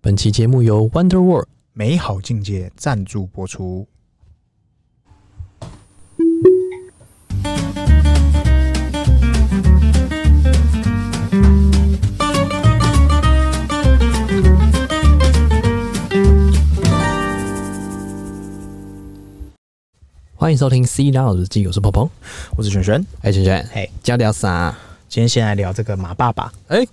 本期节目由 Wonder World 美好境界赞助播出。欢迎收听《C 大佬日记》，我是鹏鹏，我是璇璇，哎，璇璇，嘿，加点啥？今天先来聊这个马爸爸。哎，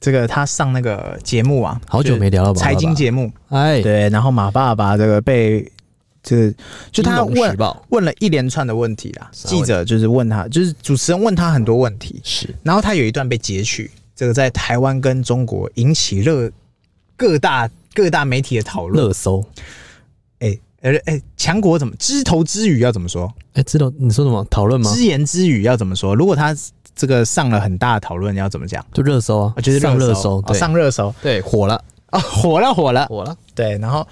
这个他上那个节目啊，好久没聊了吧？财经节目，哎，对，然后马爸爸这个被这就他金融时问报问了一连串的问题啦，啥问记题者就是问他，就是主持人问他很多问题，是然后他有一段被截取，这个在台湾跟中国引起热各大各大媒体的讨论。热搜。哎呃哎，强国怎么枝头枝语要怎么说？哎，知道你说什么讨论吗？只言只语要怎么说？如果他这个上了很大的讨论，要怎么讲？就热搜啊啊，，就是上热搜，搜，哦对，上热搜对，火了，啊，火了火了。火了，对，然后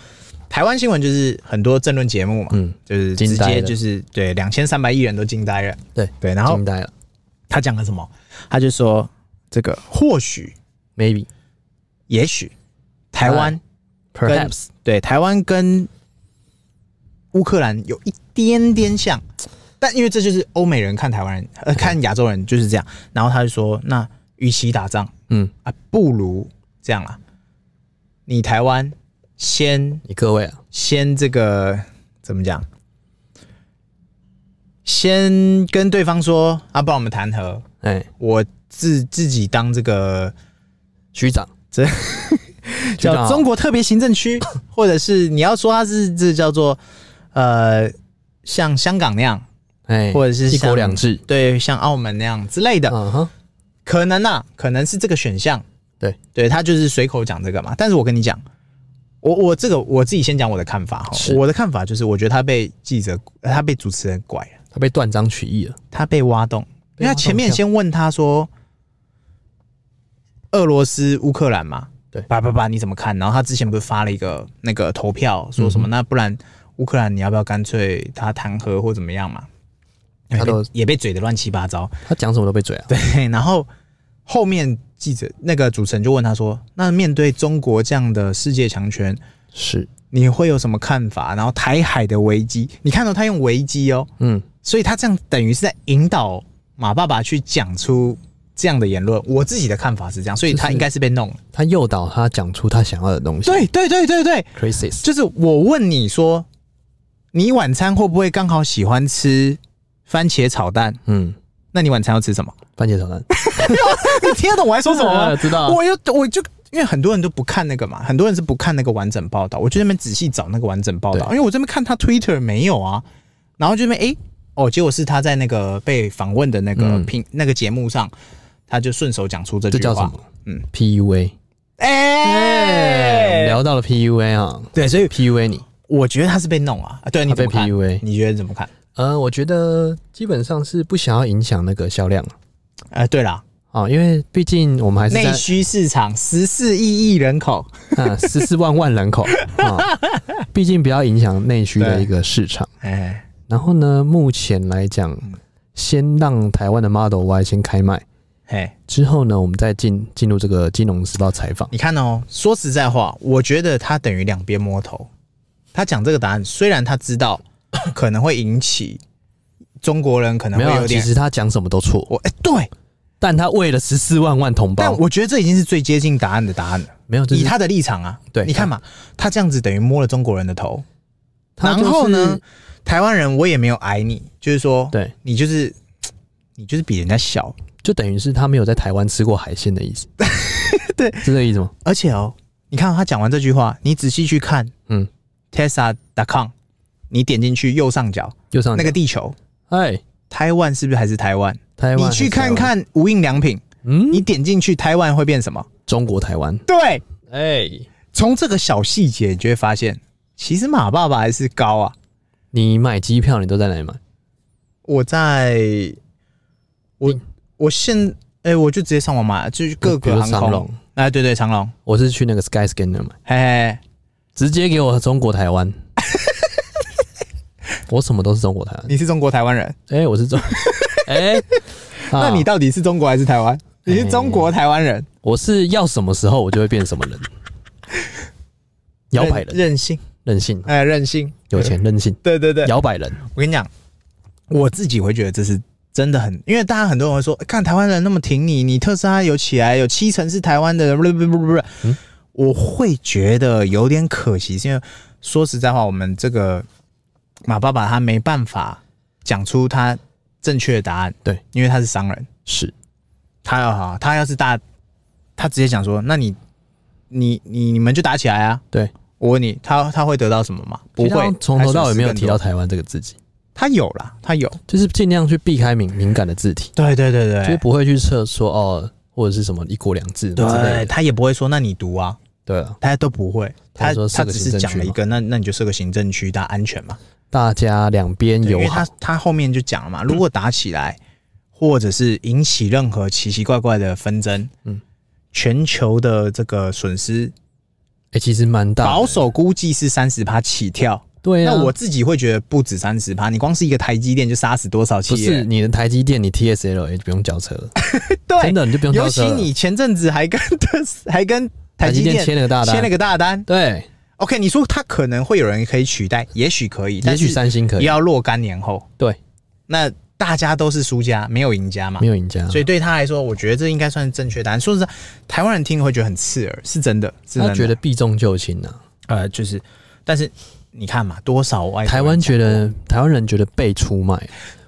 台湾新闻就是很多政论节目嘛，嗯，就是惊直呆接了就是对两千三百亿人都惊呆了。对，对，然后惊呆了他讲了什么？他就说这个或许，maybe 也许台湾 perhaps 对台湾跟乌克兰有一点点像，但因为这就是欧美人看台湾人，呃，看亚洲人就是这样。然后他就说，那与其打仗嗯，啊，不如这样啦，你台湾先你各位啊，先这个怎么讲？先跟对方说啊，不然我们谈和，哎，我自自己当这个局长，这局长叫啊中国特别行政 区，或者是你要说它是这叫做呃，像香港那样，哎，或者是啊一国像两制，对，像澳门那样之类的，嗯哼，可能啊，可能是这个选项。对，对他就是随口讲这个嘛。但是我跟你讲，我我这个我自己先讲我的看法哈是。我的看法就是，我觉得他被记者，呃他被主持人拐了，他被断章取义了，他被挖洞，因为他前面被挖洞跳先问他说，俄罗斯乌克兰嘛，对叭叭叭，你怎么看？然后他之前不是发了一个那个投票，说嗯什么、那不然乌克兰你要不要干脆他弹劾或怎么样嘛？他都也被也被嘴的乱七八 糟，他讲什么都被嘴啊，对，然后后面记者那个主持人就问他说：“那面对中国这样的世界强权，是，你会有什么看法？”然后台海的危机，你看到他用危机哦，嗯，所以他这样等于是在引导马爸爸去讲出这样的言论。我自己的看法是这样，所以就他是应该是被弄了。他诱导他讲出他想要的东西，对对对对对， ，crisis，就是我问你说，你晚餐会不会刚好喜欢吃番茄炒蛋？嗯，那你晚餐要吃什么？番茄炒 蛋，你听得懂我在说什么 吗？知道啊我又我就因为很多人都不看那个嘛，很多人是不看那个完整报道，我就在那边仔细找那个完整报道，对因为我这边看他 Twitter 没有啊，然后就那边诶，哦，结果是他在那个被访问的那个嗯评、那个节目上，他就顺手讲出这这句叫什话，么？嗯，PUA，哎、聊到了 PUA 啊对，所以，PUA 你，我觉得他是被弄啊，啊对，你他怎被么看？ PUA，你觉得怎么看？呃，我觉得基本上是不想要影响那个销量呃，对啦，啊，因为毕竟我们还是内在需市场十四亿亿人口， 啊十四万万人口 啊，毕竟不要影响内需的一个市场。哎，然后呢，目前来讲，嗯先让台湾的 Model Y 先开卖，嘿，之后呢，我们再进进入这个《金融时报》采访。你看哦，说实在话，我觉得他等于两边摸头。他讲这个答案，虽然他知道可能会引起中国人可能没会有啊，有其点，实他讲什么都错，我哎、对，但他为了十四万万同但胞，我觉得这已经是最接近答案的答案了。没有，就以是他的立场啊，对你看嘛，他这样子等于摸了中国人的头。他然后就呢是，台湾人我也没有矮你，就是说，对，你就是你就是比人家小，就等于是他没有在台湾吃过海鲜的意思， 对是这个意思吗？而且哦，你看他讲完这句话，你仔细去看，嗯，Tesla.com，你点进去右上角右上那角个地球，哎，台湾是不是还是台湾？台湾你去看还是台湾，看无印良品，嗯，你点进去台湾会变什么？中国台湾，对，哎，从这个小细节你就会发现，其实马爸爸还是高啊。你买机票你都在哪里买？我在，我你我现哎、我就直接上网买，就是各比如个航长空龙，哎，对对，长龙，我是去那个 Skyscanner 买，嘿嘿，直接给我中国台 湾，我什么都是中国台湾，你是中国台湾人，哎，我是 中，哎，啊那你到底是中国还是台湾？你是中国台湾人， 我是要什么时候我就会变什么人，摇摆人，任任性，任性，哎，任性，有钱任性，对对对，摇摆人，我跟你讲，我自己会觉得这是真的很，因为大家很多人会说，哎看台湾人那么挺你，你特斯拉有起来，有七成是台湾的，不不不不不嗯，我会觉得有点可惜，是因为说实在话，我们这个马爸爸他没办法讲出他正确的答案，对，因为他是商人，是他要好，他要是大，他直接讲说，那你你你你们就打起来啊，对。我问你，他他会得到什么吗？不其实他会，从头到尾没有还损提失更到多，台湾这个字己，他有啦，他有，就是尽量去避开敏敏感的字体，对对对对，就是不会去测说哦，或者是什么一国两制之类对，的，他也不会说那你读啊，对啊，他都不会，他他说设他个只行是政讲区了一嘛个，那那你就设个行政区，大家安全嘛，大家两边对因友为好他，他后面就讲了嗯嘛，如果打起来，或者是引起任何奇奇怪怪的纷争，嗯嗯，全球的这个损失，哎，其实蛮大的，保守估计是三十趴起跳。对啊，那我自己会觉得不止三十趴，你光是一个台积电就杀死多少不企是业？你的台积电，你 TSL 也不用交车了，真对，的你就不用尤交其车了，你前阵子还跟 还跟台台积积电电签了个大单，签了个大单，对， OK，你说他可能会有人可以取代，也许可以，也但许是三星可也以，要若干年后。对，那大家都是输家，没有赢家嘛没。有赢家，所以对他来说，我觉得这应该算是正确答案。说实在，台湾人听了会觉得很刺耳，是真的，是真他的。觉得避重就轻啊。呃，就是，但是你看嘛，多少外国人台湾觉讲得台湾人觉得被出卖，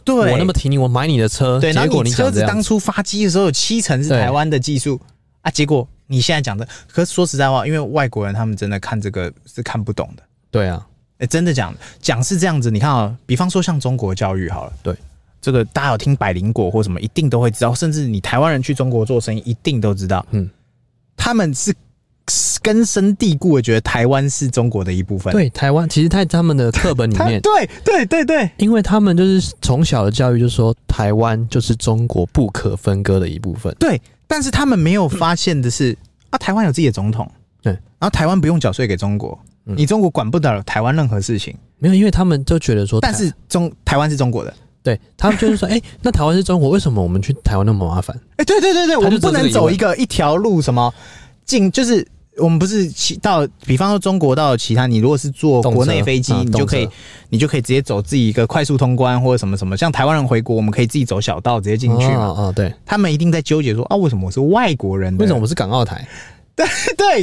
过对，我那么挺你，我买你的车，对，结然后果你车讲这子样当，初发机的时候有七成是对台湾的技术啊，结果你现在讲的，可是说实在话，因为外国人他们真的看这个是看不懂的。对啊，哎、真的讲讲是这样子，你看啊、比方说像中国教育好了，对，这个大家有听百灵果或什么，一定都会知道，甚至你台湾人去中国做生意，一定都知道，嗯，他们是根深蒂固的觉得台湾是中国的一部分，，对台湾，其实在他们的课本里他面，对对对对，因为他们就是从小的教育就说台湾就是中国不可分割的一部分，对，但是他们没有发现的是，啊，台湾有自己的总统，对然后台湾不用缴税给中国，嗯你中国管不了台湾任何事情，没有，因为他们就觉得说台，但是中台湾是中国的。对他们 就是说，哎，那台湾是中国，为什么我们去台湾那么麻烦？哎、对对对对，他我就们只有不这能个疑走问一个一条路，什么进就是我们不是其到，比方说中国到其他，你如果是坐动车国内飞机，啊你就可以动车你就可以直接走自己一个快速通关或者什么什么，像台湾人回国，我们可以自己走小道直接进去嘛。啊啊，对，他们一定在纠结说啊，为什么我是外国人的？为什么我是港澳台？ 对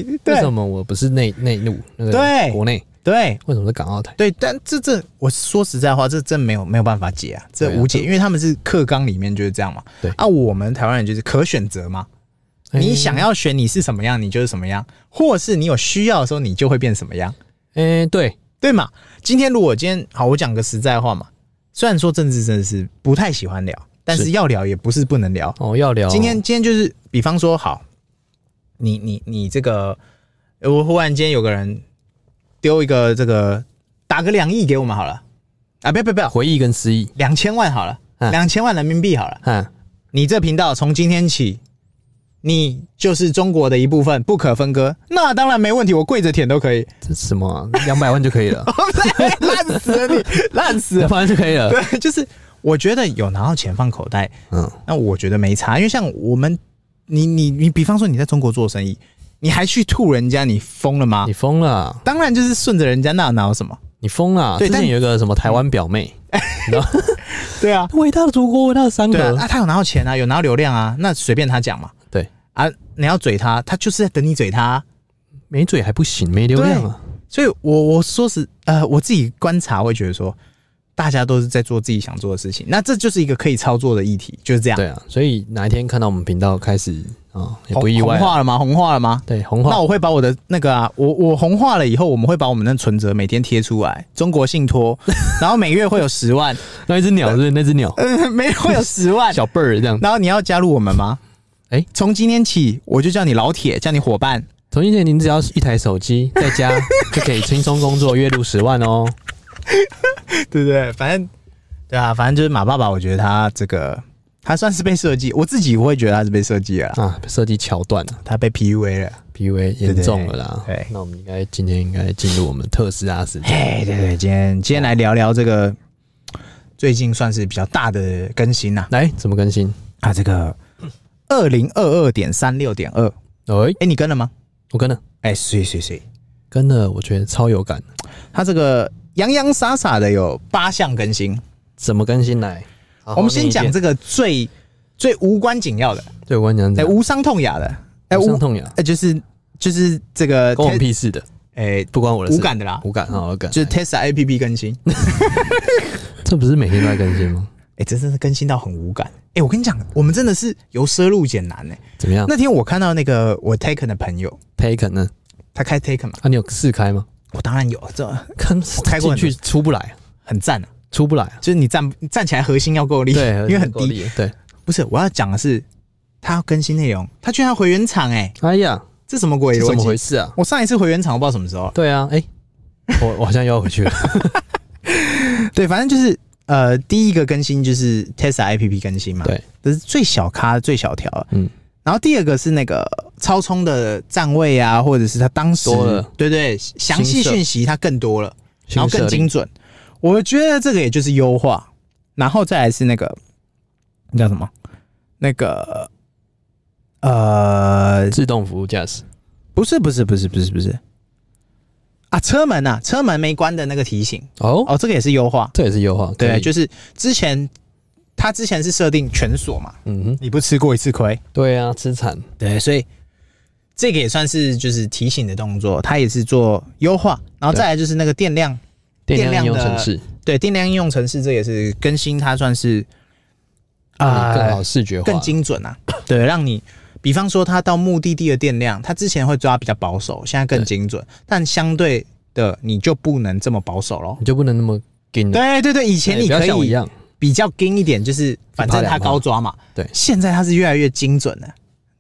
为什对么我不是内内陆那个对国内？对为什么是港澳台？对，但这这我说实在话，这真没有没有办法解啊，这对啊无解，因为他们是课纲里面就是这样嘛。对哎啊，我们台湾人就是可选择嘛，你想要选你是什么样，你就是什么样，或是你有需要的时候，你就会变什么样，哎、哎对，对嘛？今天如果今天好，我讲个实在话嘛，虽然说政治真的是不太喜欢聊，但是是要聊也不是不能聊。哦，要聊今天今天就是，比方说好，你你你这个，呃我忽然间有个人丢一个这个打个两亿给我们好了，啊，不要不要不要，回忆跟失忆，两千万好了，嗯两千万人民币好了。啊，你这频道从今天起，你就是中国的一部分，不可分割。那当然没问题，我跪着舔都可以。 这什么啊两、百万就可以了，烂死了你，烂死两 了。百万就可以了。啊对，就是我觉得有拿到钱放口袋，嗯，那我觉得没差，因为像我们，你你你，比方说你在中国做生意，你还去吐人家，你疯了吗你？疯了，当然就是顺着人家那哪有什么？你疯了。对之前但有一个什么台湾表 妹，你知道，对啊，伟大的祖国，伟大的山河。对啊，啊他有拿到钱啊，有拿到流量啊，那随便他讲嘛。对啊，你要嘴他，他就是在等你嘴他啊、没嘴还不行，没流量啊。所以我我说实呃，我自己观察会觉得说，大家都是在做自己想做的事情，那这就是一个可以操作的议题，就是这样。对啊，所以哪一天看到我们频道开始啊、也红，不意外红啊。化了吗？红化了吗？对，红那话我会把我的那个啊，我我红化了以后，我们会把我们的存折每天贴出来，中国信 托，然后每月会有十万，那一只鸟是不是那只鸟呃， 每月会有十万，小 bird 这样。然后你要加入我们吗？哎从今天起，我就叫你老铁，叫你伙伴，从今前您只要一台手机在家就可以轻松工作，月入十万哦。对不对？反正对啊，反正就是马爸爸，我觉得他这个他算是被设计，我自己会觉得他是被设计了啦，啊，设计桥段啊他被 PUA 了。 ，PUA 严重了啦。对对对那我们应该今天应该进入我们特斯拉时间。哎，对对，今天今天来聊聊这个最近算是比较大的更新呐、来，怎么更新？啊，这个二零二二点三六点二，哎、哎，你跟了吗？我跟了，哎，水水水，跟的我觉得超有感。它这个洋洋洒洒的有八项更新。怎么更新来？好好我们先念讲一遍这个最最无关紧要的，对我跟你讲讲，哎、无伤痛痒的，哎、无无伤痛痒，哎、就是就是这个跟我们 Te- 屁事的，哎、不关我的事。无感的啦无感啊，无感。嗯就是 Tesla A P P 更新，哎、这不是每天都在更新吗？这哎真的更新到很无感。哎、我跟你讲，我们真的是由奢入俭难呢、怎么样那天我看到那个我 Taken 的朋友， ？Taken 呢？他开 Taken 嘛，啊，你有试开吗？我当然有，这看开过进很去出不来，很赞啊，出不来啊。就是你站站起来核心要够力，对，哎因为很够低。力了。对，不是，我要讲的是，他要更新内容，他居然要回原厂，哎，哎呀，这什么鬼这逻怎么辑回？事啊？我上一次回原厂，我不知道什么时候。对啊， 哎，我我好像又要回去了。对，反正就是呃，第一个更新就是 Tesla APP 更新嘛，对，这是最小咖最小条的。嗯，然后第二个是那个超充的站位啊，或者是它当时多了对对，详细新设讯息它更多了，然后新设更定精准。我觉得这个也就是优化，然后再来是那个那叫什么？那个呃，自动服务驾驶，不是不是不是不是不是啊，车门啊，车门没关的那个提醒哦，哦，这个也是优化。这也是优化，可对，以就是之前他之前是设定全锁嘛，嗯哼，你不吃过一次亏，对啊，资产对，所以这个也算是就是提醒的动作，它也是做优化，然后再来就是那个电量，电电量量应用的程式，对，电量应用程式这也是更新，它算是啊、让你更好视觉化，更精准啊，对，让你。比方说，它到目的地的电量，它之前会抓比较保守，现在更对精准，但相对的你就不能这么保守咯。你就不能那么紧了。对对对，以哎前你不要可像我以一样，比较精一点，就是反正它高抓嘛。嗯对现在它是越来越精准了，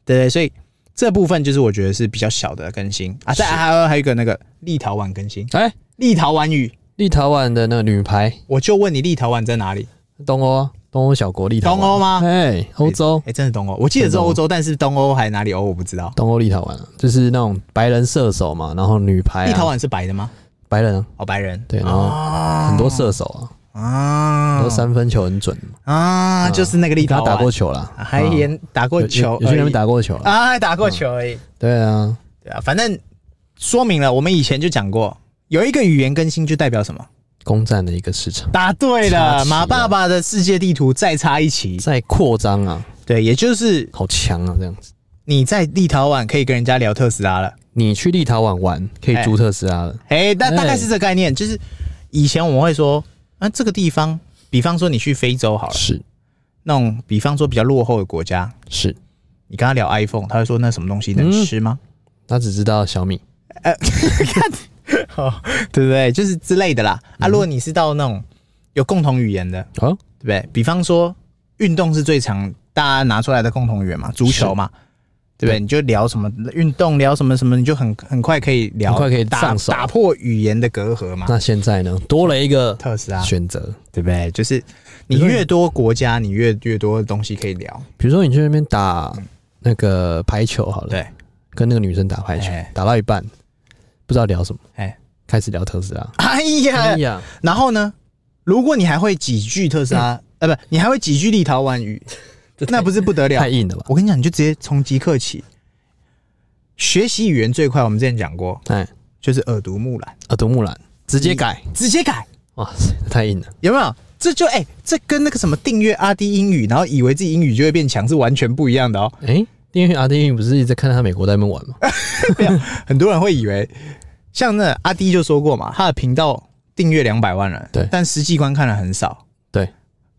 对对，所以这部分就是我觉得是比较小的更新啊。再是还有还有一个那个立陶宛更新，哎，立陶宛语，立陶宛的那个女排，我就问你立陶宛在哪里？东欧啊，东欧小国立陶宛，东欧吗哎，欧洲哎、，真的东欧，我记得是欧洲，但是东欧还哪里欧我不知道。东欧立陶宛啊，就是那种白人射手嘛，然后女排啊，立陶宛是白的吗？白人啊哦，白人。对，然后啊很多射手啊，很啊多三分球很准的嘛，啊，就是那个立你跟陶他打过宛，球啦，还啊演打过有球有有去那而边已打过球啦，啊，还打过球而已。对啊，对啊，反正说明了，我们以前就讲过，有一个语言更新就代表什么？攻占的一个市场。答对插了，旗马爸了爸的世界地图再插一棋。在扩张啊，对，也就是好强啊，这样子。你在立陶宛可以跟人家聊特斯拉了。你去立陶宛玩可以租特斯拉了，哎，大大哎概是这个概念，就是以前我们会说，啊，这个地方，比方说你去非洲好了，是那种比方说比较落后的国家，是，你跟他聊 iPhone，他会说那什么东西能嗯吃吗？他只知道小米，哦，对不对？就是之类的啦。啊，如果你是到那种有共同语言的，哦，对不对？比方说运动是最常大家拿出来的共同语言嘛，足球嘛，对不对？对你就聊什么运动，聊什么什么，你就很很快可以聊，很快可以打上手打破语言的隔阂嘛。那现在呢，多了一个特斯拉，选择，对不对？就是你越多国家，你越越多东西可以聊。比如说你去那边打那个排球好了，对，跟那个女生打排球哎，打到一半不知道聊什么，哎，开始聊特斯拉， 哎哎呀，呀，然后呢？如果你还会几句特斯拉，呃，不，你还会几句立陶宛语，那不是不得了哎太？硬了吧？我跟你讲，你就直接从即刻起学习语言最快。我们之前讲过，哎，就是耳濡目染，耳濡目染，直接改，直接改。哇塞，太硬了，有没有？这就哎、这跟那个什么订阅阿迪英语，然后以为自己英语就会变强是完全不一样的哦。哎。因为阿丁不是一直在看他美国在那边玩吗？很多人会以为，像那阿迪就说过嘛，他的频道订阅两百万人，对但实际观看的很少。对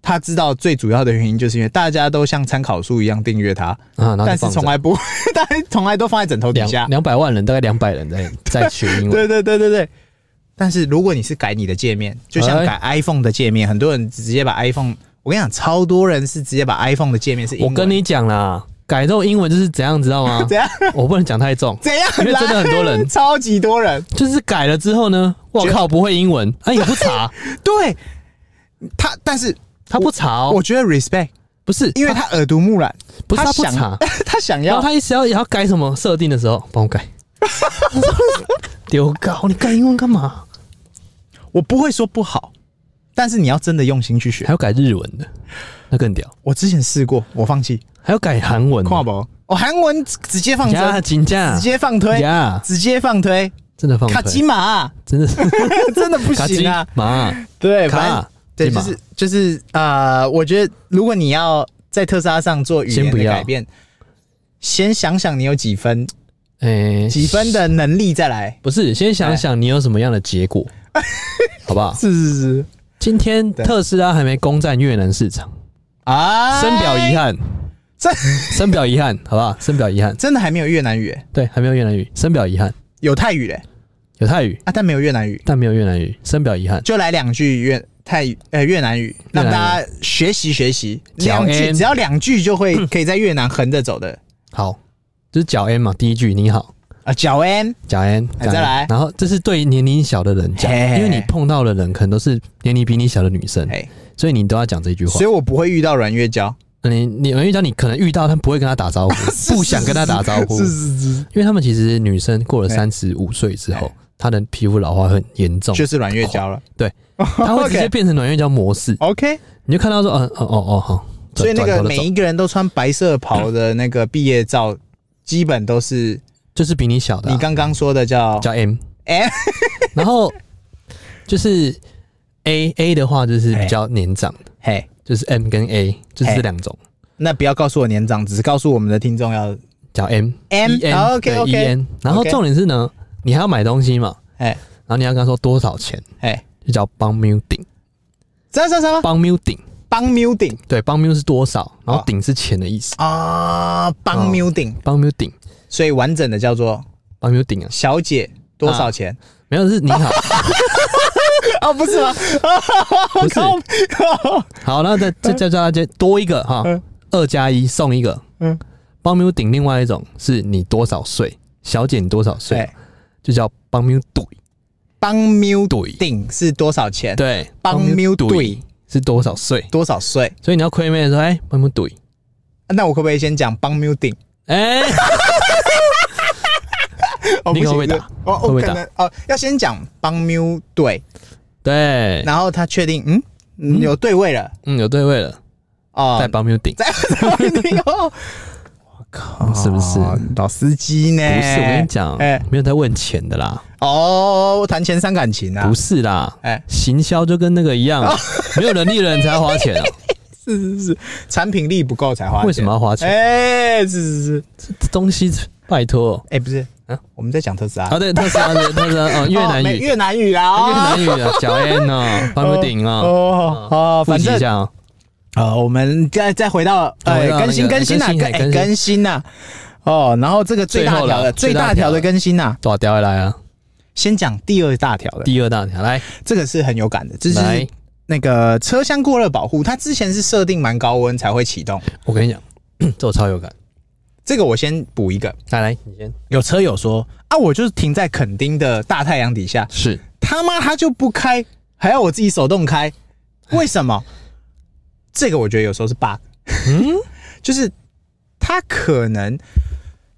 他知道最主要的原因就是因为大家都像参考书一样订阅他，啊，然后就但是放着从来不， 大家从来都放在枕头底下两。两百万人，大概两百人在在学英文， 对对对对对。但是如果你是改你的界面，就像哎改 iPhone 的界面，很多人直接把 iPhone，我跟你讲，超多人是直接把 iPhone 的界面是英我文？跟你讲啦，改动英文就是怎样，知道吗 怎样我不能讲太重，怎样啦，因为真的很多人 超级多人，就是改了之后呢，我靠，不会英文，啊，也不查，对他，但是他不查哦，我觉得 respect，不是，因为他耳濡目染，啊不是他不想查，， 他想然后要，他一直要也要改什么设定的时候，帮我 改，丢稿，你改英文干嘛？我不会说不好，但是你要真的用心去学还。要改日文的，那更屌，我之前试过，我放弃，哦还要改韩文的，跨博，我韩文直接放呀，针，金价直，接放推，呀，直接放推，真的放卡基推，马真的是 真的不卡行啊！马对，反正卡对，基就马是就是呃，我觉得如果你要在特斯拉上做语先言不的要改变，先想想你有几分哎，几分哎的能力再来。不是，先想想你有什么样的结 果，好不好？是是是今天对特斯拉还没攻占越南市场，啊，深表遗，憾，真深表遗憾，好不好？深表遗憾，真的还没有越南语欸，对，还没有越南语，深表遗憾。有泰语嘞有泰语，啊，但没有越南语，但没有越南语，深表遗憾。就来两句越泰语呃越南语，让大家学习学习小两句， N 只要两句就会可以在越南横着走的好，就是脚 N 嘛，第一句你好，啊，脚 N 脚 N，哎脚 N 再来然后这是对年龄小的人讲，嘿嘿嘿因为你碰到的人可能都是年龄比你小的女生，哎，所以你都要讲这句话所以。我不会遇到阮月娇，你你我遇到你可能遇到，但不会跟她打 招呼，不想跟她打招呼，是是是，因为他们其实女生过了哎三十五岁之后，她的皮肤老化很严重，就是阮月娇了她会直接 OK 变成暖月娇模式， ，OK。你就看到说，嗯哦哦哦好，所以那转个头就每走一个人都穿白色袍的那个毕业照，基本都是就是比你小的啊、你刚刚说的叫叫 M 哦 M 然后就是 A A 的话就是哎比较年长的，嘿，就是 M 跟 A 哎就是这两种，那不要告诉我年长，只是告诉我们的听众要哦叫 M M E N 好，OK，对 OK E N，然后 OK 重点是呢，你还要买东西嘛，哎然后你要跟他说多少钱，哎，就叫帮 m u 顶，什么什么什么帮 m u 顶，帮 m 顶对，帮 m u 是多少，然后哦顶是钱的意思，啊，帮 m 顶，帮 m u 顶，所以完整的叫做帮 m u 顶啊，小姐多少钱？没有是你好，啊哦，不是吗？ 不是，好，那再再再再再多一个哈嗯，二加一送一个，嗯嗯，帮 m u 顶，另外一种是你多少岁，小姐你多少岁对，，就叫帮 m u 怼。帮 m 对顶是多少钱？对，帮妞妞怼对是多少岁？多少岁？所以你要亏妹的时候，哎、帮妞怼，那我可不可以先讲帮 m 顶？ 哎、哦，你会不不行会打我会不我会可打能哦，要先讲帮 m 对，对，然后他确定嗯嗯有对位了嗯，有对位了，哦，再帮妞顶，哦在 我靠是不是哦老司机呢？不是，我跟你讲，哎没有在问钱的啦，哦，谈钱伤感情啊哦不，是啦，哎、行销就跟那个一样，没有能力的人才要花 钱啊，是是是，产品力不够才花钱，为什么要花钱？哎、是是是，这东西拜托，哎、不是，啊我们在讲特斯拉，啊，对，特斯拉的特斯拉，哦，越南哦没语，越南语啊，越哦南语啊，小 N 啊，帮妞顶啊，哦哦，复反习一正下啊，呃，我们再再回到回呃到那个更新更新啊，更更新哎更新更新呐，哦，然后这个最大条的最最后啦大条的更新呐，多少掉下来啊？先讲第二大条的，第二大条，来这个是很有感的，这嗯来是，那个车厢过热保护，它之前是设定蛮高温才会启动，我跟你讲， 这我超有感，这个我先补一个。来来，你先，有车友说啊，我就是停在垦丁的大太阳底下，是。他妈他就不开，还要我自己手动开，为什么？这个我觉得有时候是 bug，嗯 就是他可能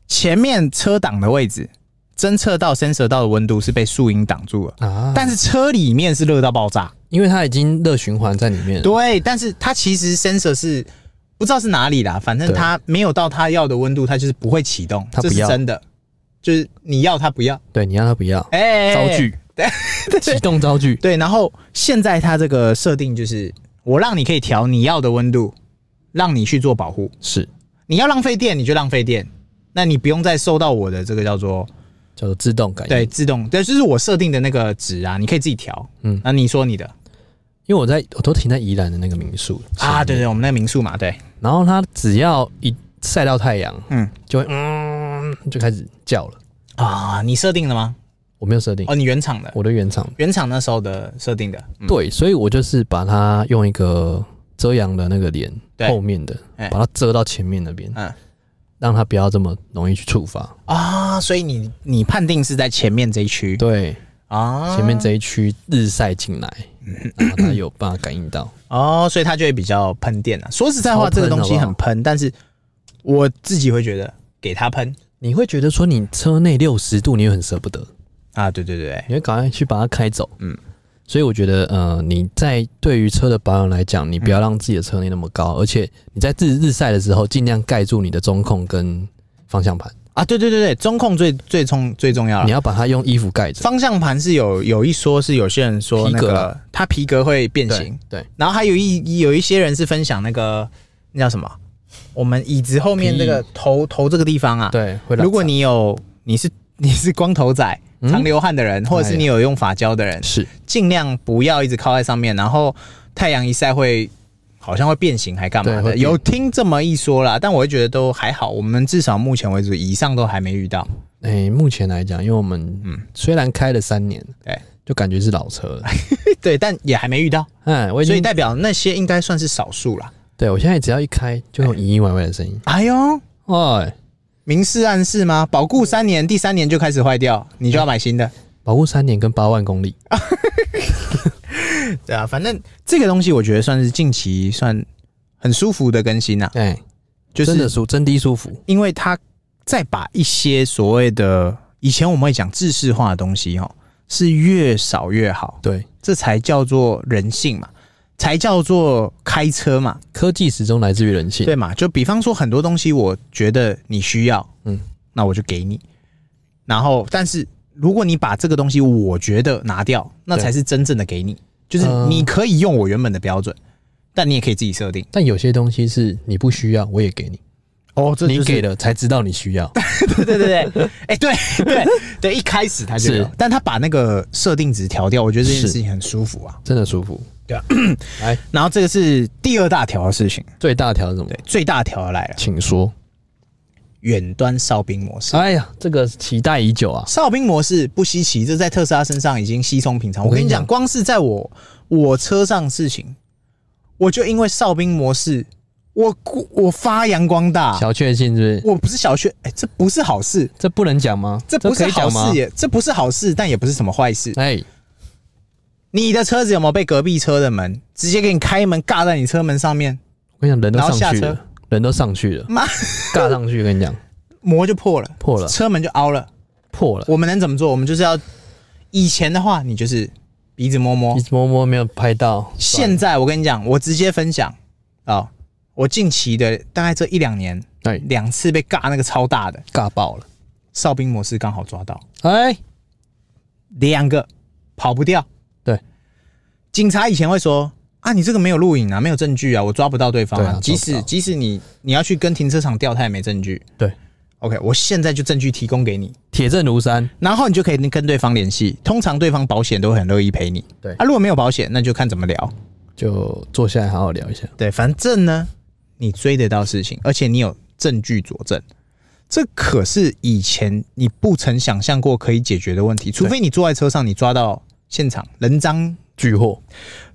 前面车挡的位置侦测到 sensor 到的温度是被树荫挡住了，啊，但是车里面是热到爆炸。因为它已经热循环在里面了，对，但是它其实 sensor 是不知道是哪里啦，反正对它没有到它要的温度，它就是不会启动，它不这是要真的，就是你要它不要，对，你让它不 要哎哎、哎招具，启动招具，对，然后现在它这个设定就是，我让你可以调你要的温度，让你去做保护。是你要浪费电，你就浪费电，那你不用再受到我的这个叫做叫做自动感应。对，自动，对，就是我设定的那个值啊，你可以自己调。嗯嗯，那你说你的因为我在我都停在宜兰的那个民宿啊，前对面对，我们那个民宿嘛，对，然后它只要一晒到太阳，嗯就会嗯就开始叫了。啊，你设定的吗？我没有设定哦，你原厂的，我的原厂，原厂那时候的设定的，嗯，对，所以我就是把它用一个遮阳的那个帘对后面的，哎把它遮到前面那边，嗯让它不要这么容易去触发。啊，所以你你判定是在前面这一区对，啊，前面这一区日晒进来，嗯然后它有办法感应到。哦，所以它就会比较喷电啊。说实在话，超喷这个东西好不很好喷，但是我自己会觉得给它喷你会觉得说你车内六十度，你会很舍不得，啊，对对对对，你会赶快去把它开走。嗯嗯，所以我觉得，呃，你在对于车的保养来讲，你不要让自己的车嗯内那么高，而且你在日日晒的时候，尽量盖住你的中控跟方向盘。啊，对对对对，中控最最重最重要你了。要把它用衣服盖着，方向盘是有有一说是有些人说皮那革个它皮革会变对形，对，然后还有一有一些人是分享那个那叫什么？我们椅子后面皮这个头头这个地方啊，对，会拉如果长你有你是你是光头仔、嗯常流汗的人，或者是你有用发胶的人，是尽量不要一直靠在上面，然后太阳一晒会好像会变形，还干嘛对会的？变有听这么一说啦，但我会觉得都还好，我们至少目前为止以上都还没遇到。哎、目前来讲，因为我们嗯虽然开了三年，对，就感觉是老车了。 对，但也还没遇到，哎，我已所以经代表那些应该算是少数啦。对我现在只要一开，就有隐隐歪歪的声音。哎呦，哎，明示暗示吗？保固三年，第三年就开始坏掉，你就要买新的。保护三年跟八万公里， 对啊，反正这个东西我觉得算是近期算很舒服的更新呐、啊哎、就真的是舒真的舒服。因为它再把一些所谓的以前我们会讲制式化的东西哦，是越少越好，对，这才叫做人性嘛，才叫做开车嘛，科技始终来自于人性。对嘛？就比方说很多东西，我觉得你需要，嗯嗯，那我就给你。然后，但是如果你把这个东西我觉得拿掉，那才是真正的给你，就是嗯你可以用我原本的标准，但你也可以自己设定。但有些东西是你不需要，我也给你，哦，这你给了才知道你需 要。对对对，对，哎、对对对，一开始他就是有，但他把那个设定值调掉，我觉得这件是事情很舒服啊。真的舒服。对啊，来然后这个是第二大条的事情，最大条是什么对？，最大条的来了，请说。远端哨兵模式。哎呀，这个期待已久啊！哨兵模式不稀奇，这在特斯拉身上已经稀松平常。我我跟跟你你讲，讲光是在我我车上的事情，我就因为哨兵模式，我我发扬光大，小确幸是不是？我不是小学，哎、这不是好事，这不能讲吗？这不是可以好讲吗事？也，这不是好事，但也不是什么坏事。哎，你的车子有没有被隔壁车的门直接给你开门尬在你车门上面，我跟你讲，人都然后上去下车了，人都上去 了，妈尬上去。跟你讲，膜就破了，破了，车门就凹了。破了，我们能怎么做？我们就是要以前的话，你就是鼻子摸摸一。直摸摸没有拍到。 现在我跟你讲，我直接分享啊、哦我近期的大概这一两年，哎，两次被尬那个超大的尬爆了。哨兵模式刚好抓到哎，两个，跑不掉。对，警察以前会说啊，你这个没有录影啊，没有证据啊，我抓不到对方对啊抓不即使到即使你你要去跟停车场调，他也没证据。对，OK，我现在就证据提供给你，铁证如山。然后你就可以跟对方联系。通常对方保险都会很乐意赔你。对啊，如果没有保险，那就看怎么聊。就坐下来好好聊一下。对，反正呢，你追得到事情，而且你有证据佐证。这可是以前你不曾想象过可以解决的问题，除非你坐在车上，你抓到现场人赃巨货，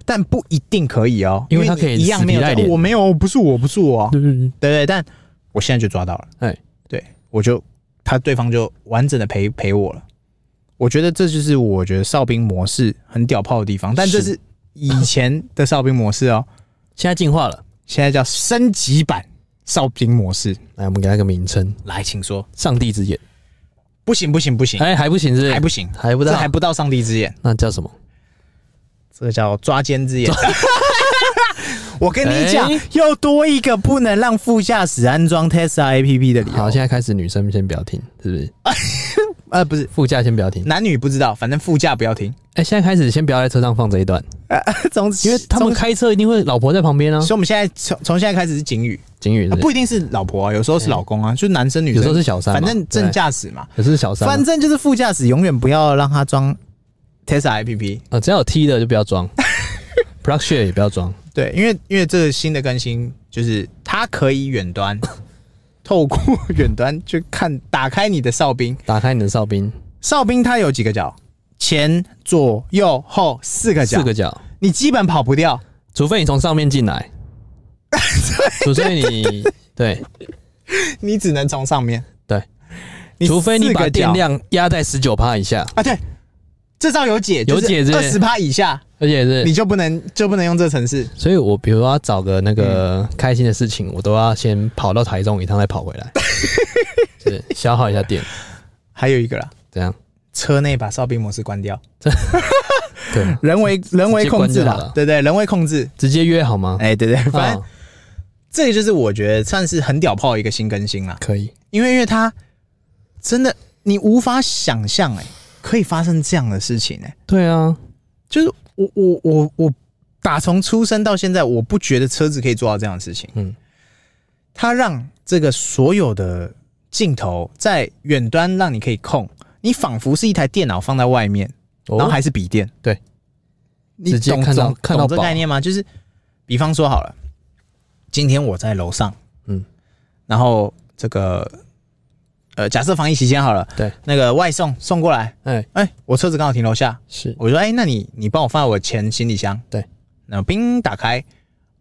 但不一定可以哦，因为他你可以一样死没有皮赖讲，脸我没有，不是我，不是我啊，对对对，对对，但我现在就抓到了，哎，对我就他对方就完整的赔赔我了，我觉得这就是我觉得哨兵模式很屌炮的地方，但这是是以前的哨兵模式哦，现在进化了。现在叫升级版哨兵模式，来，我们给他个名称，来，请说，上帝之眼。不行不行不行，哎，还不行是不是？还不行，还不这到，还不到上帝之眼，那叫什么？这个叫抓奸之 眼。我跟你讲哎，又多一个不能让副驾驶安装 Tesla APP 的理好，由。现在开始女生先不要听，是不是？啊呃，不是，副驾先不要听。男女不知道，反正副驾不要停。哎，现在开始先不要在车上 放这一段，总之，因为他们总开车一定会老婆在旁边啊所。以我们现在从从现在开始是警语，警语是不啊是不一定是老婆啊，有时候是老公啊，就是男生女有生，时候是小三嘛，反正对正驾驶嘛，有时候是小三啊反嘛，正就是副驾驶永远不要让他装 Tesla APP。啊，只要有 T 的就不要装 ，Plug Share 也不要装。对，因为因为这个新的更新就是它可以远 端，透过远端去看，打开你的哨兵。打开你的哨兵，哨兵它有几个角？前、左、右、后四个角，四个角，你基本跑不掉。除非你从上面进 来，除非你对，你只能从上面。对，你除非你四把个角电量压在十九趴以下，啊，对，这招有解，有解是二不十是趴以下，而且你是，就不能就不能用这城市。所以我比如说要找个那个开心的事情，我都要先跑到台中一趟再跑回 来，是消耗一下电，还有一个啦，这样车内把哨兵模式关掉，对，人为人为控制直接关就好啦了，对对，人为控制。直接约好吗？哎、对对，反正啊这个就是我觉得算是很屌炮的一个新更新啦，可以，因为因为它真的你无法想象哎、可以发生这样的事情哎、对啊，就是我我我我打从出生到现在，我不觉得车子可以做到这样的事情。嗯，它让这个所有的镜头在远端让你可以控，你仿佛是一台电脑放在外面，哦然后还是笔电。对，你直接懂看到懂看到懂这饱概念吗？就是比方说好了，今天我在楼上，嗯，然后这个呃，假设防疫期间好了，对，那个外送送过来，哎哎、我车子刚好停楼下，是我说：“哎、那你你帮我放在我前行李箱。”对，那冰打开，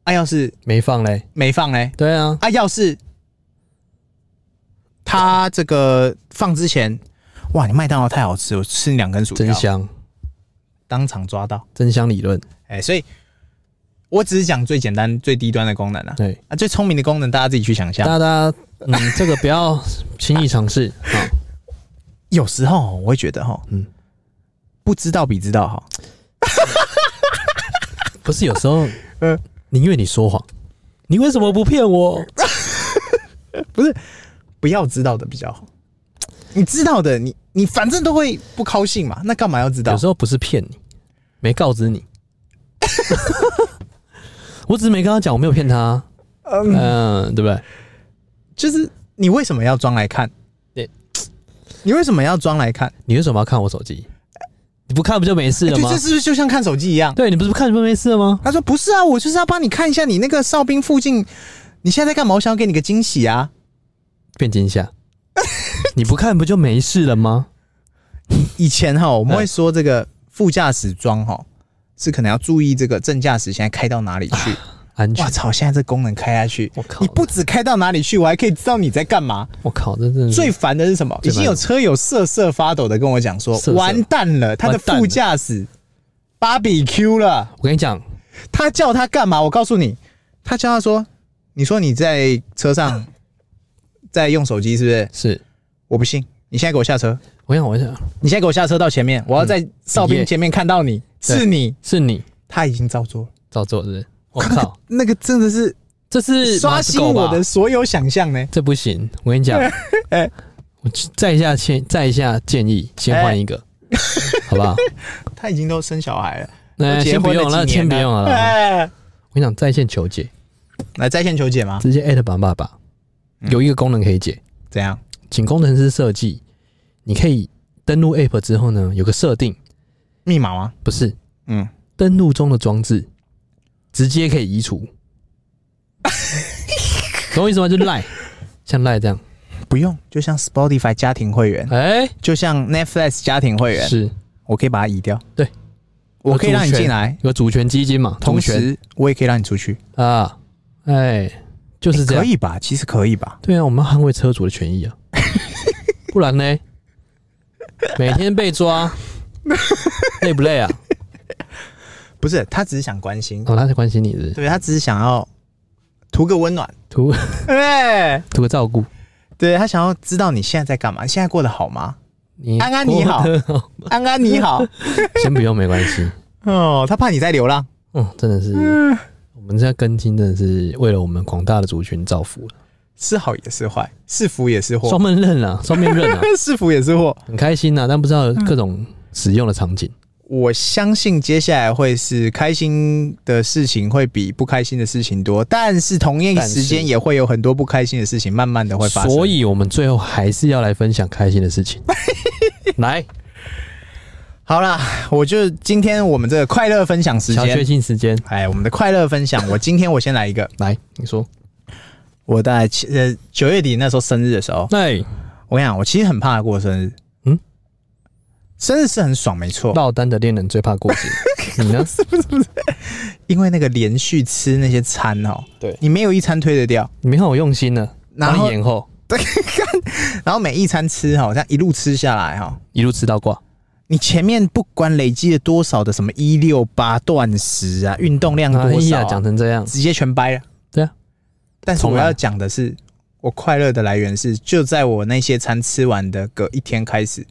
啊，钥匙没放嘞，没放嘞，对啊，啊，钥匙他这个放之前，哇，你麦当劳太好吃，我吃你两根薯条真，香，当场抓到。真香理论，哎、所以我只是讲最简单、最低端的功能啊，对，啊，最聪明的功能大家自己去想象。大家嗯，这个不要轻易尝 试啊，有时候我会觉得哈，嗯嗯，不知道比知道好。不是有时候 嗯，宁愿你说谎，你为什么不骗 我？不要知道的比较好。你知道的，你你反正都会不高兴嘛，那干嘛要知道有时？候不是骗你，没告知你， 我只是没跟他讲，我没有骗他，嗯、对不对？就是你为什么要装来看？对，你为什么要装来看？你为什么要看我手机？你不看不就没事对，了哎这吗？是不是就像看手机一样？对你不是不看不就没事了吗？他说不是啊，我就是要帮你看一下你那个哨兵附近，你现在在干嘛？我想要给你个惊喜啊！变惊 吓，你不看不就没事了吗？以前哈，我们嗯会说这个副驾驶装哈，是可能要注意这个正驾驶现在开到哪里去。安全哇，操！现在这功能开下去，我啊靠你不止开到哪里去，我还可以知道你在干嘛。我靠，这真的是最烦的是什么？已最烦经有车友瑟瑟发抖的跟我讲说瑟，瑟完蛋了，他的完蛋了副驾驶 BBQ 了。我跟你讲，他叫他干嘛？我告诉你，他叫他说，你说你在车上在用手机是不是？是我不信，你现在给我下车，我想我想你现在给我下车到前面，我要在哨兵前面看到你，对是你。是你他已经照做了，照做是不是？我 靠，那个真的是这是刷新马子狗吧我的，所有想象呢。这不行。我跟你讲 哎，我再一下建再一下建议，先换一个，哎好 不好？他已经都生小孩了，那都结先不婚了用了，几年先不用了啦。哎，我跟你讲，在线求解，来在线求解吗？直接艾特版爸爸，嗯有一个功能可以解，怎样？请工程师设计，你可以登录 App 之后呢，有个设定，密码吗？不是嗯，登录中的装置，直接可以移 除，懂我意思吗？就赖，像赖这样，不用，就像 Spotify 家庭会员，哎、就像 Netflix 家庭会员，是我可以把它移掉。对，我可以让你进来，有主权基金嘛，同主权时我也可以让你出去，啊，哎、就是这样，可以吧？其实可以吧？对啊，我们要捍卫车主的权益 啊，不然呢，每天被 抓，累不累啊？不是，他只是想关心，哦，他在关心你是不是对他只是想要图个温暖，图对，图个照顾，对他想要知道你现在在干嘛，你现在过得好吗？你安安你好过得 好吗 安安你好，先不用没关系， 哦，他怕你在流浪，嗯，真的是，我们在更新真的是为了我们广大的族群造福了，是好也是坏，是福也是祸双，面刃啊，双面 刃啊，是福也是祸。很开心呐、啊，但不知道嗯各种使用的场景，我相信接下来会是开心的事情会比不开心的事情多，但是同一时但间是也会有很多不开心的事情慢慢的会发生。所以我们最后还是要来分享开心的事 情，来，好啦，我就今天我们这个快乐分享时小确间，幸时间，哎，我们的快乐分享，我今天我先来一个，来，你说，我大概七呃九月底那时候生日的时候，哎，我跟你讲，我其实很怕过生日，嗯嗯，生日是很爽没错，落单的恋人最怕过 节，你呢？因为那个连续吃那些餐哦，对你没有一餐推得掉，你没看我用心呢，然后帮你延后，然后每一餐吃哈、哦，这样一路吃下来哈、哦。一路吃到挂，你前面不管累积了多少的什么一六八断食啊，运动量哎多少、呀，啊，讲成这样，直接全掰了。对啊，但是重我来要讲的是，我快乐的来源是就在我那些餐吃完的隔一天开始，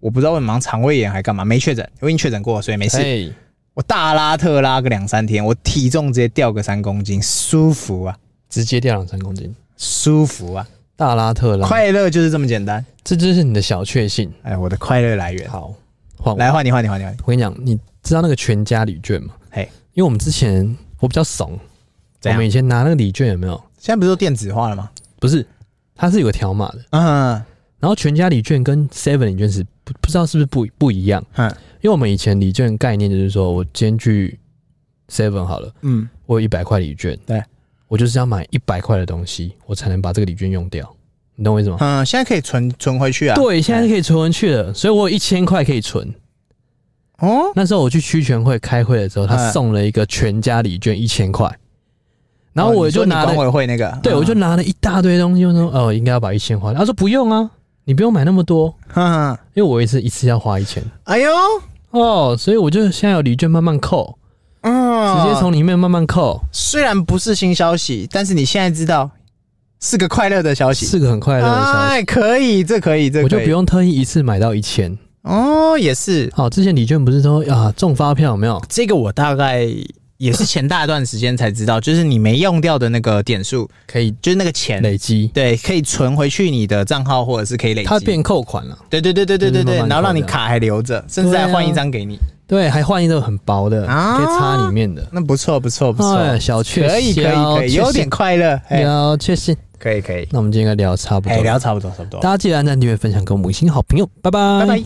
我不知道为什么肠胃炎还干嘛，没确诊，我已经确诊过了，所以没事。哎，我大拉特拉个两三天，我体重直接掉个三公斤，舒服啊，直接掉两三公斤，舒服啊！大拉特拉，快乐就是这么简单。这就是你的小确幸。哎，我的快乐来源。好，换我来换你，换你，换你，换你。我跟你讲，你知道那个全家礼券吗？嘿，因为我们之前我比较怂，怎我样们以前拿那个礼券有没有？现在不是都电子化了吗？不是，它是有个条码的。嗯然后全家礼券跟 Seven 礼券是不不知道是不是不不一样，嗯因为我们以前礼券概念就是说我今天去 Seven 好了，嗯，我有一百块礼券，对我就是要买一百块的东西，我才能把这个礼券用掉，你懂我意思吗？嗯，现在可以存存回去啊。对，现在是可以存回去的，所以我有一千块可以存。哦，那时候我去区全会开会的时候，他嗯送了一个全家礼券一千块，然后哦我你就说你拿管嗯了，委会那个，对我就拿了一大堆东西，我说哦，应该要把一千花掉。他说不用啊，你不用买那么多，嗯，嗯因为我一次一次要花一千哎呦，哦，所以我就现在有礼券慢慢扣，直嗯，接从里面慢慢扣，虽然不是新消息，但是你现在知道是个快乐的消息，是个很快乐的消息。哎，可以，这可以，这可以我就不用特意一次买到一千。哦，也是好，之前礼券不是说啊中发票有没有？这个，我大概也是前大段时间才知道，就是你没用掉的那个点数，可以就是那个钱，累积，对，可以存回去你的账号或者是可以累积，它变扣款了。对对对对对对对，就是慢慢扣然后让你掉卡还留着，甚至还换一张给你，对，啊还换一个很薄的，啊可以插里面的。那不错不错不错，哎，小确可以可以可以，有点快乐，哎，聊确信。可以可以，那我们今天应该聊得差不多哎，了，聊差不多差不多大，家记得按赞、订阅、分享给我们五星好朋友，拜拜，拜拜。